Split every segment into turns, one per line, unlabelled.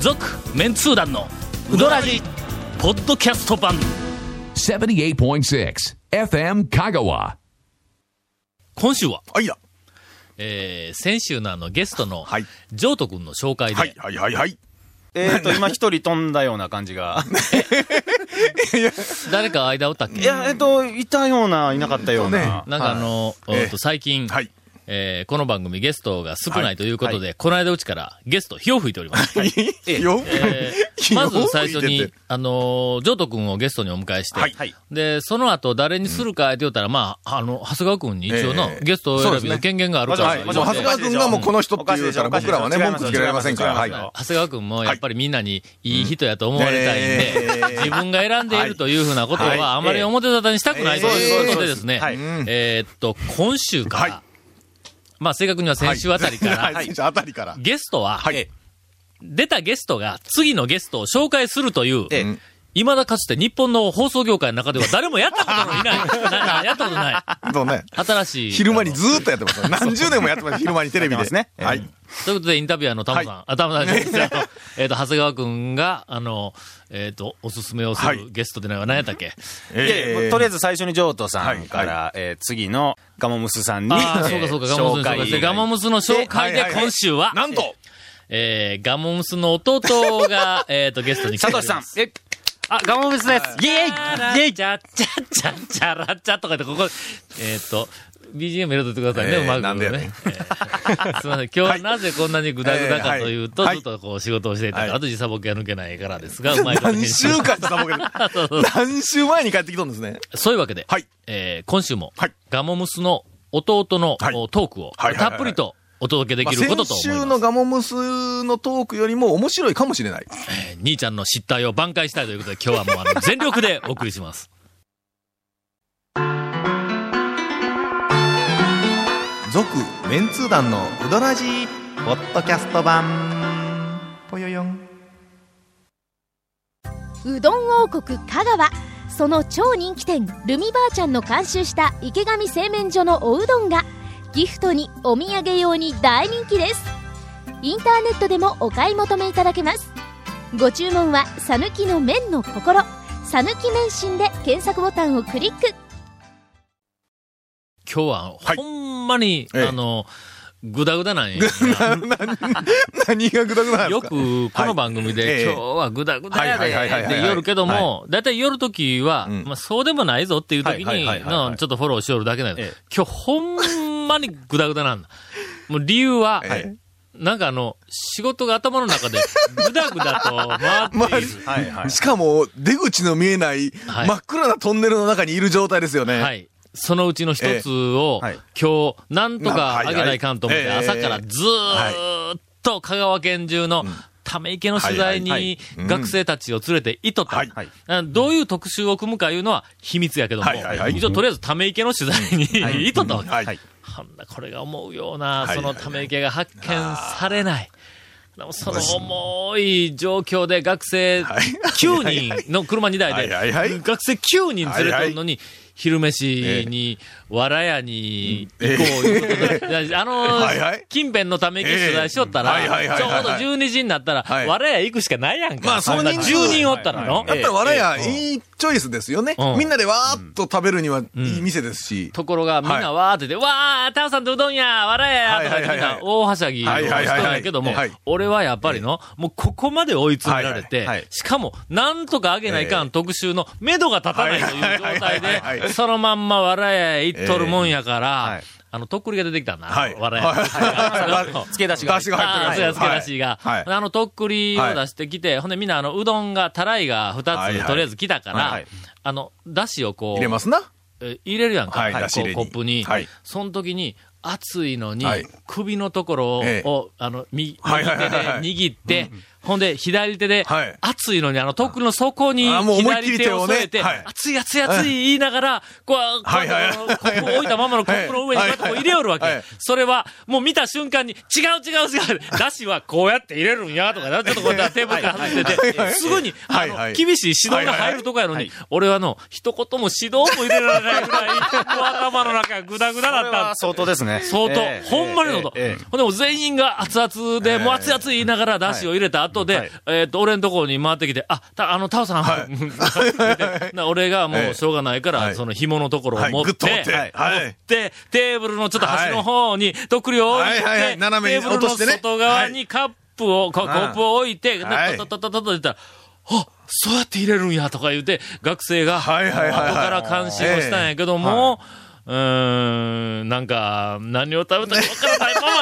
続メンツー団のウドラジポッドキャスト版
78.6 FM Kagawa.
今週は、
はいだ。
えー、先週のあのゲストの、
はい
ジョート君の紹介で、
はい、はい、はい、はい。
えー、と、今一人飛んだような感じが。
誰か間打ったっけ
いや、えっ、と、いたような、いなかったよう
うん
な。
なんかあの、
い
おっと最近、
はい。
えーこの番組ゲストが少な
はいい
ということで、この間うちからゲスト、火を吹いております。
えよ
えーまず最初
よう言う
に
てて、
あのー、ジョート君をゲストにお迎えして、
はい
はい
で、その後誰にするかって言ったら、まあ、あの、長谷川君に一応の、
ええ
ゲスト
そ
選
うです
び
ね
の権限があるから、
はい
言う
ま
て
あ
長
まあ
谷川君がもうこの人って言うたら
おかしいでしょ
僕らはね、
おかしいでし
文
ょ
句つけられませんから。は
違います
い。
長谷川君もやっぱりみんなにいい人やと思われたいんで、
うんええ
自分が選んでいるというふうなこと
はい
はあまり表沙汰にしたくないということでですね、
ええはい
えーっと、今週から、
はい
まあ正確には先週あたり から、
はい、選手あたりから。
ゲストは、
はい。
出たゲストが次のゲストを紹介するという、
ええ
いまだかつて日本の放送業界の中では誰もやったことのいない、 ななやったことない、
そうね。
新しい。
昼間に
あの
ずーっとやってます。 何十年もやってます。昼間にテレビ
やっ
で
てますね。
は
う
い。
ということで、インタビュアーのタムさん、
は
あタムさんじゃないですよえっと、長谷川くんが、あの、えっ、と、おすすめをす
はい
るゲストってのは何やったっけ、
いやいやもうとりあえ
ず。
ず最初にジョートさんから、
は
えー次のガモムスさんに、
あ
え
あ、そう
ー
かそうか、ガモムスの紹介で。ガモムスの紹介で
はいはい
今週は、
なんと
えー、ガモムスの弟が、えっと、ゲストに来て
サ
おり
ト
ま
シ
す。
さん。え、あ、ガモムスです。イェイ
イェイじゃっちゃっちゃっちゃらっちゃとか言って、ここ、えーっと、BGM 入れとってくださいね、
えー
うまく
なんでやねん
ね。えーすみません。今
は
日
い
なぜこんなにグダグダかというと、
えーは
ず
い
っとこう仕事をしていたか
は
ら、
い
あと時差ボケが抜けないからですが、うまいこと
何
編集
週間したボケで
そうそう
何週前に帰ってきとんですね。
そういうわけで、
はい
えー今週も、
はい
ガモムスの弟の、
はい
おトークを、
はいはいはい
たっぷりとお届けで
まあ
きること
先
と思います。
週のガモムスのトークよりも面白いかもしれない。
えー兄ちゃんの失態を挽回したいということで、今日はもうあの全力 でお送りします。
続、メンツー団のうどらじ
ポッドキャスト版、ぽよよん。
うどん王国香川その超人気店ルミばあちゃんの監修した池上製麺所のおうどんがギフトにお土産用に大人気ですインターネットでもお買い求めいただけますご注文は「さぬきの麺の心」「さぬき麺心」で検索ボタンをクリック
今日は、
はい
ほんまに、
ええ
あの、ぐだぐだなんや。
何がグダグダなんで
よ
すか
く、この番組
はいえ
で、
え
今日はぐだぐだやで、
はいはいはいはい
っ
はい
て夜けども、だいたい夜時は、
うん
まあ、そうでもないぞっていう時
はい
に、
はいはいはいはい
のちょっとフォローしよるだけなんや
ええ
今日ほんまにぐだぐだなん だ。もう理由は、
え
なんかあの、仕事が頭の中で、ぐだぐだと回っている。
はいはい。
しかも、出口の見えない、
はい
真っ暗なトンネルの中にいる状態ですよね。
はい。そのうちの一つを、
ええはい
今日、なんと
な
か
はい
上げないかんと思って、
はいええ
朝からずーっと香川県中の、ため池の取材
はいはい
に
うん
学生たちを連れていとった
はい。
あどういう特集を組むかいうのは秘密やけども
はいはいは、い
一応とりあえずため池の取材 にいとったわけ。
はい。
ほんなこれが思うような、
はい
そのため池が発見されない。でもその重い状況で学生
はい
9人の車2台で、
はいはいはい
学生9人連れてるのに、昼飯に、わらやに行こういうことで、あ
はいは
の
い、
近辺のため池取材しよったら、
ええはいはいはい
ちょう
はい
ど12時になったら、
はい
わらや行くしかないやんか。
まあその人数
10人おったらの。
だったら、わらや、いいチョイスですよね
う。ん
みんなでわーっと食べるには、いい店ですし。
ところが、みんなわーってて、わー、タオさんとうどんや、わらや、とか言ってみん
はいは
ない
いはいは
大はしゃぎをしたんやけども
はいはいはいはい、
俺はやっぱりの、もうここまで追い詰められ
は
て
いはいはい、
しかも、なんとか上げないかん特集の目処が立たないという状
は
態
いはいはいは
で、
い
そのまんまわらやへ行っとるもんやか
は
ら
い、
あの、とっくりが出てきたな、
はい。
わら や。
はいはい
付け出しが。
出汁が入
ああ、そ
って
う
る
や、つけ出しが。
はいはい
あの、とっくりを出してきて、ほんでみんな、あの、うどんが、たらいが
はい
2
は
つ、
い
とりあえず来たか
はいは
ら
い、
あの、だしをこう、
入れますな。
え入れるやんか、
はい
こう
出し入れに
コップに、
はい
その時に熱いのに、
はい
首のところを、
ええ
あの右
は
右
い
手
は
で
いはいはい
握って、ほんで左手で、
はい
熱いのに、あの、とっくりの底に
あもう思いっき
左
り
手
手
を
をね
添えて、
はい
熱い熱い熱い言いながら、こう、こう
はいはいはい
こうコップを置いたままのコップの上に
はい
またこう入れよるわけ、
はい
それは、もう見た瞬間に、違う違う違う、だしはこうやって入れるんや、とかな、ちょっとこうやってテーブルから外してて、すぐに、あ
はい
の
はい
厳しい指導が入るとこやのに、俺はの、一言も指導も入れられないぐらい、もう頭の中がグダグダ
こ
だ
れ
った
は。相当ですね。
相当、
ええ
ほんまにのこと。
ええええ
ほんでもう全員が熱々で、もう熱々言いながら出汁を入れた後、後で、
はい
えっと、俺のところに回ってきて、あ、た、あの、タオさん、でな俺がも
え
う
え
しょうがないから、
はい
その紐のところを
はい
持っ
グッ
て、
と持ってはいはい
持ってテーブルのちょっと端の方に、とっくりを置いて、
はいはいはい斜め
テ
に
ーブル
落と
の
してね
外側にカップを、こコップを置いて、で
はい
トトトトトと言ったら、あ、そうやって入れるんや、とか言うて、学生が、
はいはいはいはい
後から監視をしたんやけども、うーん、なんか、何を食べたか分からないまま、うん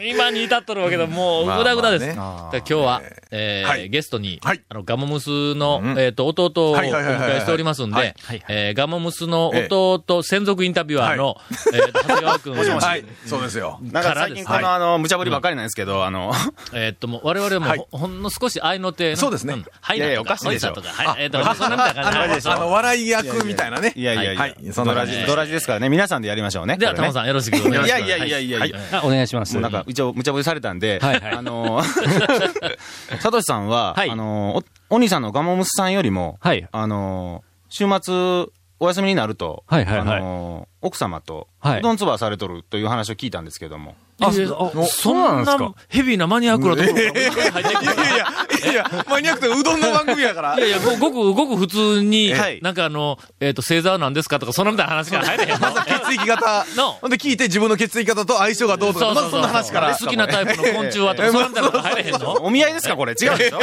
今に至っとるわけだ。もう、
まあ
ぐだぐだです。
ま
だか
あね
ら今日は、えー
はい
ゲストに、
はい
あの、ガモムスの、
うん
えっ、と、弟をお
はいはいはいはいはい
迎えしておりますん
は
で
い、
えーガモムスの弟、専属インタビュアーの、えーと、長谷川君
もしもし
はい。そうですよ。
なんか
から
最
です
近この、あの、無茶ぶりばっかりなんですけど、あの、
えーっと、もう、我々もほ、
はい
ほんの少し愛の手の。
そうですね
んはい
いやい
な
や
んとか
おかしいでしょ
ほいさとか、はい、えーっと、そんなみたいな感じ
あれでしょ
あの、笑い役みたいなね。
いやいやい
はい
や、
そ
ド
んな
ラ
感じ
ジ、ドラジですからね、皆さんでやりましょうね。
では、
こ
タ
れ
モ
ね
さん、よろしくお願いします。
いやいやいやいやいや。
あお願いします。
もうなんか、一応、無茶ぶりされたんで、
はいはい
あの、 サトシさんは、
はい
あの、おお兄さんのガモムスさんよりも、
はい。
あの、週末、お休みになると、
はいはいはい
あの、奥様と、
はいう
どんツバーされとるという話を聞いたんですけども。
あ
いや
そあ
そ
そうんな
な
んですか
ヘビーなマニアックなところから入ってくる
いやいや、いやいや、マニアックでうどんの番組やから
い。やいや、ごごく、ごく普通に、
はい
なんかあの、えっ、と、星座は何ですかとか、そんなみたいな話から入れへんの。
血液型
の
ほんで聞いて自分の血液型と相性がどうとか、ま ずそんな話から。
好きなタイプの昆虫はとか、そんなみたいなこと入れへんの
お見合いですか、これ。違うでしょ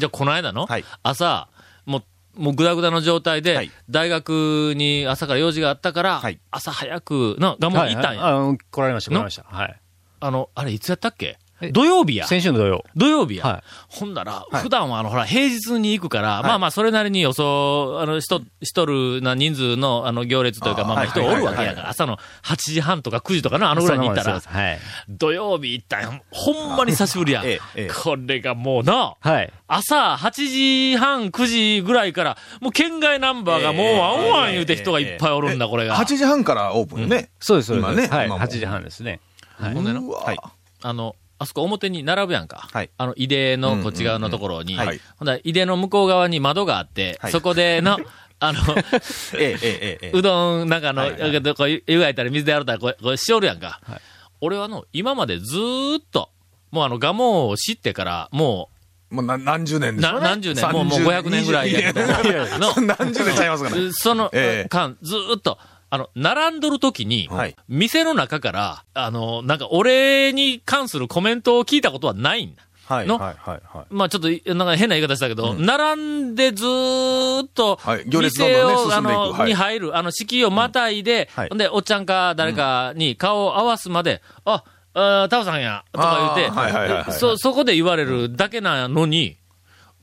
じゃあ、この間の、
はい
朝、もう、もうぐだぐだの状態で、
はい
大学に朝から用事があったから、
はい
朝早く、な、我慢行ったんや。
はいあの来られました、来られました。はい。
あの、あれ、いつやったっけ
え
土曜日や。
先週の土曜。
土曜日や。
はい
ほんなら、普段はあの、ほら、平日に行くから、まあまあ、それなりに予想、あの、人、しとるな人数の、あの、行列というか、まあまあ、人おるわけやから、朝の8時半とか9時とかのあのぐらいに行った
そうで
ら
す、そうです
土曜日行ったんやほんまに久しぶりや。
ええええ
これがもうな、
はい。はい。
朝8時半、9時ぐらいから、もう県外ナンバーがもうワンワン言うて人がいっぱいおるんだ、これが。
8時半からオープンよね。
そうです、そうです。
今ね
はい。
今も
8時半ですね。はい
ほんでな
うわ
はい
あの、あそこ表に並ぶやんか。
はい
あの、井出のこっち側のところに。
うんうんはい
ほんだら井出の向こう側に窓があって、
はい
そこで の、あの、
ええ、ええ、ええ。
うどん、なんかあの、
はいはい
こう、湯がいたり水で洗ったり、これ、これしおるやんか。俺はの、今までずーっと、もうあの、蒲生を知ってから、も
もうな何十年
う、
でしょ
な
うね。
何十年、もう、
30
もう500年ぐらいやけども、
や や
の
そんな 何十年ちゃいますから。
その
ええ
間、ずーっと、あの、並んどる時に、
はい
店の中から、あの、なんか、俺に関するコメントを聞いた ことはないんだ。
はい、
の
はい、はいはい。
まあちょっとい、なんか変な言い方したけど、並んでずーっと、
はい行列どんど
店
んね
を
進んでいく
あの、
はい
に入る、あの、敷居をまたいで、
うんはい
ほんで、おっちゃんか誰かに顔を合わすまで、あ、あータオさんや、とか言うて、
あーはいはいはいはい
そ、そこで言われるだけなのに、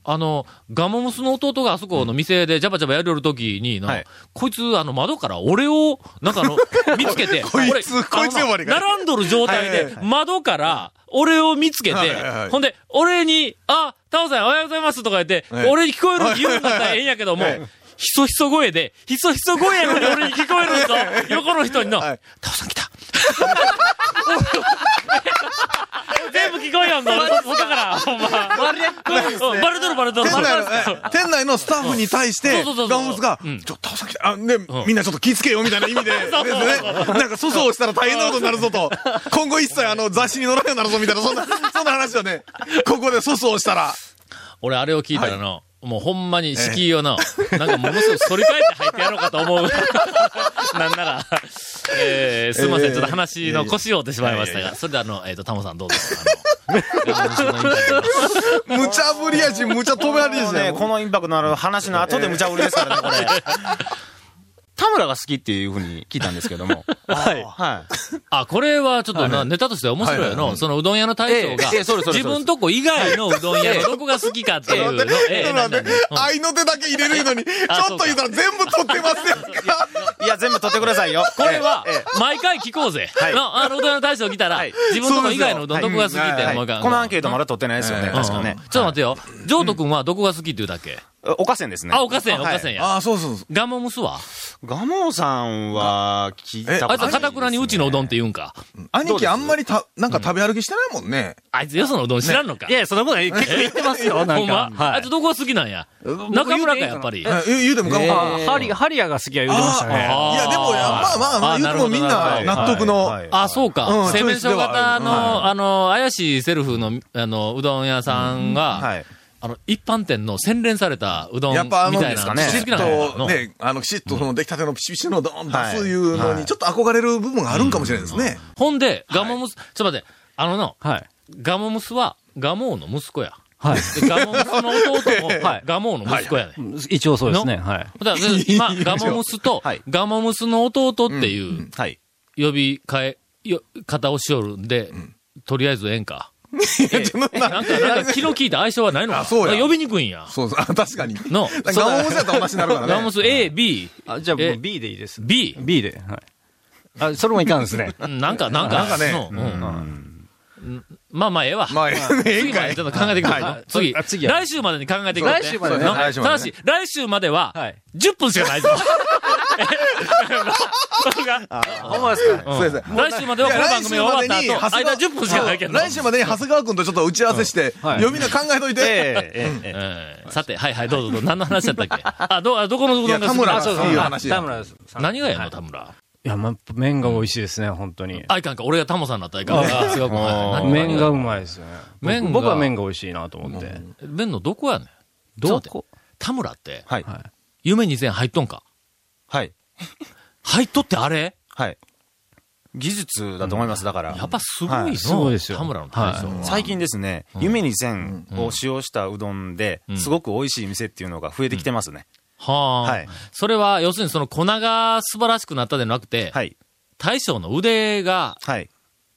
あの、ガモムスの弟があそこの店でジャバジャバやりよるときにの、
はい
こいつ、あの、窓から俺を、なんかあ の、見つけて、
こいつ
俺
こいつ呼ばわりが
あの並んどる状態
はいは
で
い、
窓から俺を見つけて
はいはいは、い
ほんで、俺に、あ、タオさんおはようございますとか言って、
はい
俺に聞こえるって言うんだったらええんやけども
はい、
ひそひそ声で、ひそひそ声やのに俺に聞こえ るんぞ、横の人にの、
はい
タオさん来た。 全部聞こえよんぞ、外から、ほんま。バレとるバレとる、
店
バレ
内
と
の
る。
え店内のスタッフに対して、
そうそうそうそう
ガンモスが
うん、
ちょ、タオさん来た。あ、ね、みんなちょっと気ぃつけよみたいな意味で、です
そうそう
ね。なんか粗相したら大変なことになるぞと、今後一切あの雑誌に載らんようになるぞみたいな、そんな、そんな話をね、ここで粗相したら、
俺、あれを聞いたらの、もうほんまに敷居をな、なんかものすごい反り返って入ってやろうかと思う。なんなら、えー、すいません、ちょっと話の腰を折ってしまいましたが、それであの、えっ、と、タモさんどうぞ。あの
無茶ぶりやし、無茶飛びやりです
もう
ね
ね。 このインパクトのある話の後で無茶ぶりですからね、これ。田村が好きっていうふうに聞いたんですけども。はい。はい。
あ、これはちょっとな、ネタとして面白い
はい
の、そのうどん屋の大将が、
ええええそうですそうです
自分とこ以外のうどん屋のどこが好きかっていうの、え
ちょ
え
っと
なん
待
な
っ
んな
て
んうん
愛の手だけ入れるのに、ち
あ
ょっと言ったら全部取ってますやんか。
いや、全部取ってくださいよ。
これは
ええええ、
毎回聞こうぜ。
はい
のあのうどん屋の大将来たら、
はい
自分とこ以外のうどんどこが好きって
そうですよ
思うから。
このアンケートまだ取ってないですよね、
うん
確かね
うん。ちょっと待ってよ。ジョート君はどこが好きって言うだっけ
おかせんですね。
あ、おかせん、お
はい
かせんや。
あ、そうそうそう。
ガモムスは
ガモさんは聞いた
あい
こ
つは
と
かたくなにうちのうどんって言うんか。
兄貴あんまりた、なんか食べ歩きしてないもんね。
あいつよそのうどん知らんのか。
いやいや、そんなこと ない。結構言ってますよ、なん
ほんま
か。は
あいつどこが好きなんや。中村か、やっぱり。
え言うてもかも。
あハリ、ハリアが好きは言ってましたね。
あー
いや、でも、いやまあまあま
あ
あ、
ー
言うてもみんな納得の。
はいはい
あ、そう
う
か。
ん
製麺所型
チョイスでは
の、あの、怪しいセルフの、あの、うどん屋さん
は
が、
い。
あの、一般店の洗練されたうどんみ
や
た
っぱあ
い
の、
な
きち
の
っ
が
と
好きなんやろな。
ね、あの、きちっとその出来たてのピシピシのドーン
はい
出すいうの
は
に、
い
ちょっと憧れる部分があるんかもしれないですね。
ほんで、ガモムス、ちょっと待って、あのの、
はい。
ガモムスは、ガモーの息子や。
はい。
でガモムスの弟も
はい、
ガモーの息子やね。
一応そうですね。はい。
だから今、ガモムスと
はい、
ガモムスの弟っていう
はい。
呼び替え、よ方をしよるんで、とりあえずええんか。
そんな
なんか、なんか気の利いた相性はないのか。
あそうや
だから呼びにくいんや。
そうそう、あ確かに。
の、
ガモモスやったら同じになるからね。
ガモス A、B、
あじゃあ、
え
B でいいです。
B。
B で。はい。あ、それもいかんですね。
うんなんか、なんか、
なんかね
のうんまあまあ、ええわ。
まあ、ええ
次
ん
ま
か
で
い
ち。ょっと考えてくれ
はい
次
あ。次は
来週までに考えてくれ
来週までね
な
来週ま
た
で
だ
ね
し、来週までは
はい、
10分しかないぞ。
ほんまですか
うん
そうです
来週まではこの番組が終わった後、間10分しかないけど。
来週までに長谷川君とちょっと打ち合わせして、
はい
読みな考えといて。
ええ、ええ。
えーさて、はいはい、どうぞどうぞ。何の話だったっけあ、ど、あどこのうどんが好き
いや田村
あそうそう
いいよ
あ
話
田村です。
何がやんの、田村。
いや、まあ、麺が美味しいですね、本当に。
あ、いかんか。俺がタモさんだったらいかんか。違うかはい何
麺がうまいですよね。
麺が
僕僕は麺が美味しいなと思って。
麺のどこやねん。
ど
ちょっと待って田村って、
はい。
はい。
夢2000入っとんか
はい。
入っとってあれ
はい。技術だと思います、だから。
やっぱすごい
は
の。
い
すごいですよ
田村の大将。
最近ですね、夢に善を使用したうどんで
うん、
すごく美味しい店っていうのが増えてきてますね。
はあ、
はい
それは、要するにその粉が素晴らしくなったでなくて、
はい。
大将の腕が
はい。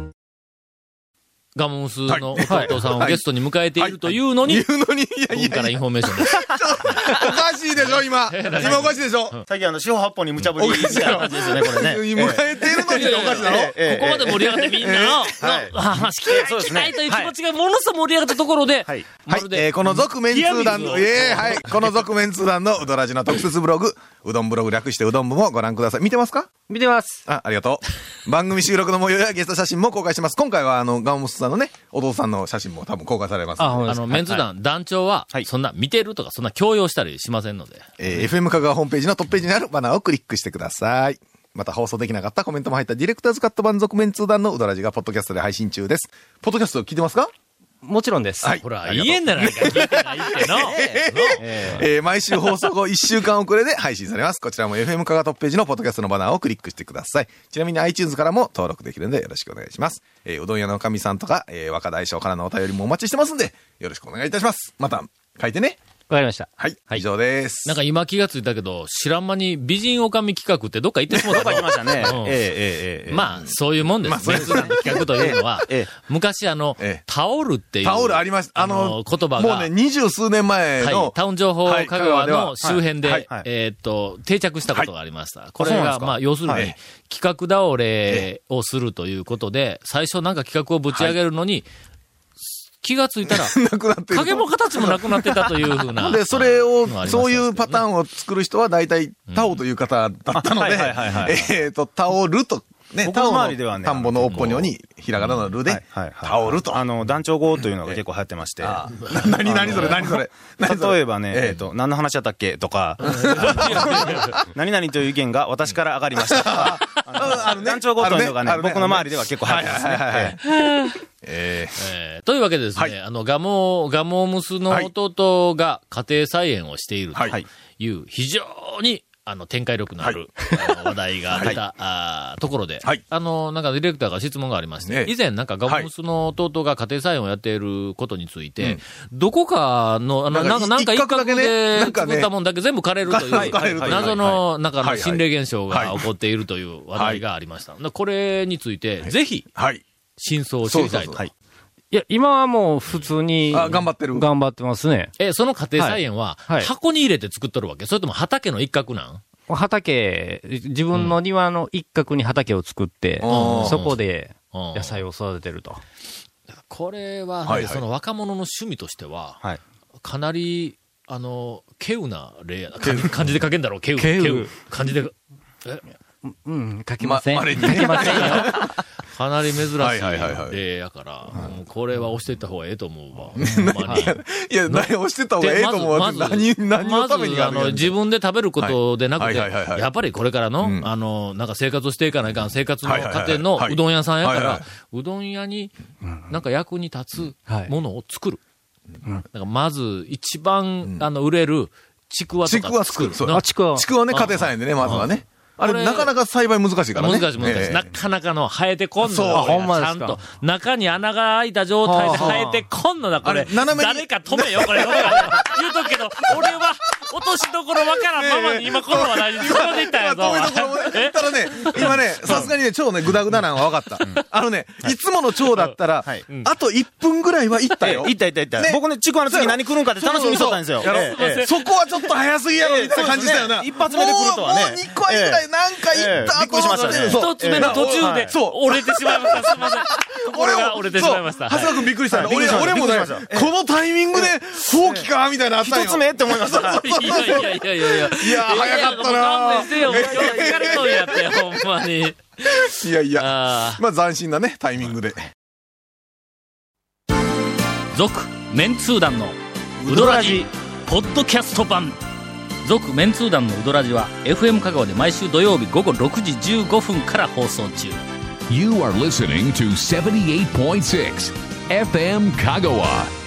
ガモンスの弟さんをゲストに迎えているというのに、
言うのに、いや
僕
い
か
や
ら
い
イ
や、
ンフォメーションです。
おかしいでしょ、今。今おかしいでしょ。
最近あの、四方八方に無茶ぶり
おかしいやろ
感じですよね、これね。
迎えてるのにおかしいだろ
ええええ
ここまで盛り上がってみんなの、
はい
の話聞きたい、
そう
聞き
です
た
ね
いという気持ちがものすごく盛り上がったところで、
はい
ま
はい
る、
え
で
ー、、この続面通談の、
ギア水を
ええはい、この続面通談のうどらじの特設ブログ、うどんブログ略してうどん部もご覧ください。見てますか
見てます。
あ、ありがとう。番組収録の模様やゲスト写真も公開してます。今回は、あの、ガンモスさんのね、お父さんの写真も多分公開されます。
あ、ほん
あの、メンズ団、団長は、
はい
そんな見てるとか、そんな強要したりしませんので。
えー FM 香川ホームページのトップページにあるバナーをクリックしてください。また放送できなかったコメントも入ったディレクターズカット版続面通談のうどらじがポッドキャストで配信中です。ポッドキャスト聞いてますか
もちろんです。
はい
ほら、
ありがとう
言えんならなんか聞いてない っての。
えー毎週放送後1週間遅れで配信されます。こちらも FM カガトップページのポッドキャストのバナーをクリックしてください。ちなみに iTunes からも登録できるのでよろしくお願いします。えーうどん屋のおかみさんとか、えー若大将からのお便りもお待ちしてますんで、よろしくお願いいたします。また、書いてね。
わかりました。
はい。以上です。
なんか今気がついたけど、知らん間に美人女将企画ってどっか行ってしもうた
ま
の
いましたね。
うん
ええええええ
まあ、そういうもんです。メンズ団の企画というのは、
ええ
昔あの、
ええ
タオルっていう。
タオルありました。あの、
言葉が。
もうね、二十数年前
は
の、
い、タウン情報
は
香
い香川
川
では
の周辺で、
はい
はい
えーっと、定着したことがありました。これ
そうなんで
が、
すか
まあ、要するに、
はい
企画倒れをするということで、最初なんか企画をぶち上げるのに、気がついたら、
なくな ってる
影も形もなくなってたというふうな。
で、それを
のがありましたけど、ね
そういうパターンを作る人は大体、タオという方だったので、えっと、タオルと、ね、
僕
タ
の
オ
周
の
りではね
田んぼのおっぽにょに、ひらがなのルで、タオルと。
あの、団長号というのが結構流行ってまして。
あーな 何、何それ、何それ。何それ
例えばね、
ええ
えっと、何の話だったっけ とか、あの何々という意見が私から上がりました とか、あの団長号というのがね
あ、るね
僕の周りでは結構流行ってますね。ええ
えー
えーというわけでですね、
はい
あの、ガモ、ガモムスの弟が家庭菜園をしていると
はい
いう、非常に、あの、展開力のある、あの話題が出た、あーところで、
はい
あの、なんかディレクターから質問がありまして、
ね
以前なんかガモムスの弟が家庭菜園をやっていることについて、どこかの、あの、
な
なんんか、
かい
なんか一
一角
角
だけね
で
なんかね
作ったもんだけ全部枯れるという、
はい枯れるという
謎の、なんかあ
はい
の
はい
心霊現象が起こっているという話題がありました。でこれについて、ぜひ、
はい。
真相を知りたい
そうそう
と
そう。
いや、今はもう普通に。
あ頑張ってる
頑張ってますね。
え、その家庭菜園は、
はいはい
箱に入れて作っとるわけそれとも畑の一角なん
畑、自分の庭の一角に畑を作って、
うん
そこで
うん
野菜を育ててると。
これは、
はいはい
その若者の趣味としては、
はい
かなり、あの、稀有な例やな。漢漢字で書けんだろう、稀有。
稀有
稀有。漢字で、
うん、書きません。
まあれに
書きませんよ。
かなり珍しい
はいはいはいはい
例やから、もうこれは押していった方がええと思うわ。ほんまに
いや、 何をしてた方がええと思うわ。何、何のため
ま
に
ず
や
あ
る
の、自分で食べることでなくて、
はいはいはいはいはい
やっぱりこれからの、
うん
あの、なんか生活をしていかないかん、生活の
はいはいはい
家庭の
はいう
どん屋さんやから、
はいはいは
うどん屋に、なんか役に立
はい
つものを作る。なんかまず、一番、あの、売れる、ちくわと
ちく
か
わ作
作
る。
る。
そう
あちくわ
ちくわね、家庭菜園でね、まずはね。あ
こ
れ、
れ
なかなか栽培難しいからね。
難しい難しい、
ええ
なかなかの生えてこんの
そう
だ、これ
ほんま
がち
です
ゃ
か
んと。中に穴が開いた状態で
はあはあ
生えてこんのだ、こ
あ
れ。
れ斜めに
誰か止めよ、これ。これ言うとくけど、俺は落としどころわからんままに今この話題に進めていったんやぞ。
今止めところねただね、今ね、さすがにね、超ね、グダグダなんは分かった。あのね、いつもの超だったら、
はい
あと1分ぐらいは行った
ええ
よ。
行った行った行った
ね
僕ね、ちくわの次何来るんかって楽しみにしとったんですよ。
そうそう
ええ
そうやろそこはちょっと早すぎやろ、みたいな感じしたよな。
ええそうですね一発目で来るとはね
もうもう2回ぐらいなんか行
え
っ
え
た
びっくりしましたね
そう
一つ目の途中で、
そう
折れてしまいました。すいません。心が折れてしまいました。
そう
はい
長谷川君びっくりしたね。
はい
俺、俺もね
びっくりしまし、
このタイミングで、放棄かみたいなのあったんよ
一つ目って思いましたから。
いやいやいやいやいや。
いや早かったな
勘弁してよ。もう今日は疲れとんやって、ほんまに。
いやいや。
あ
まあ斬新なね、タイミングで。
ー続、メンツー団の、ウドラジ、ポッドキャスト版。続、メンツー団のウドラジは、FM 香川で毎週土曜日午後6時15分から放送中。
You are listening to 78.6 FM Kagawa.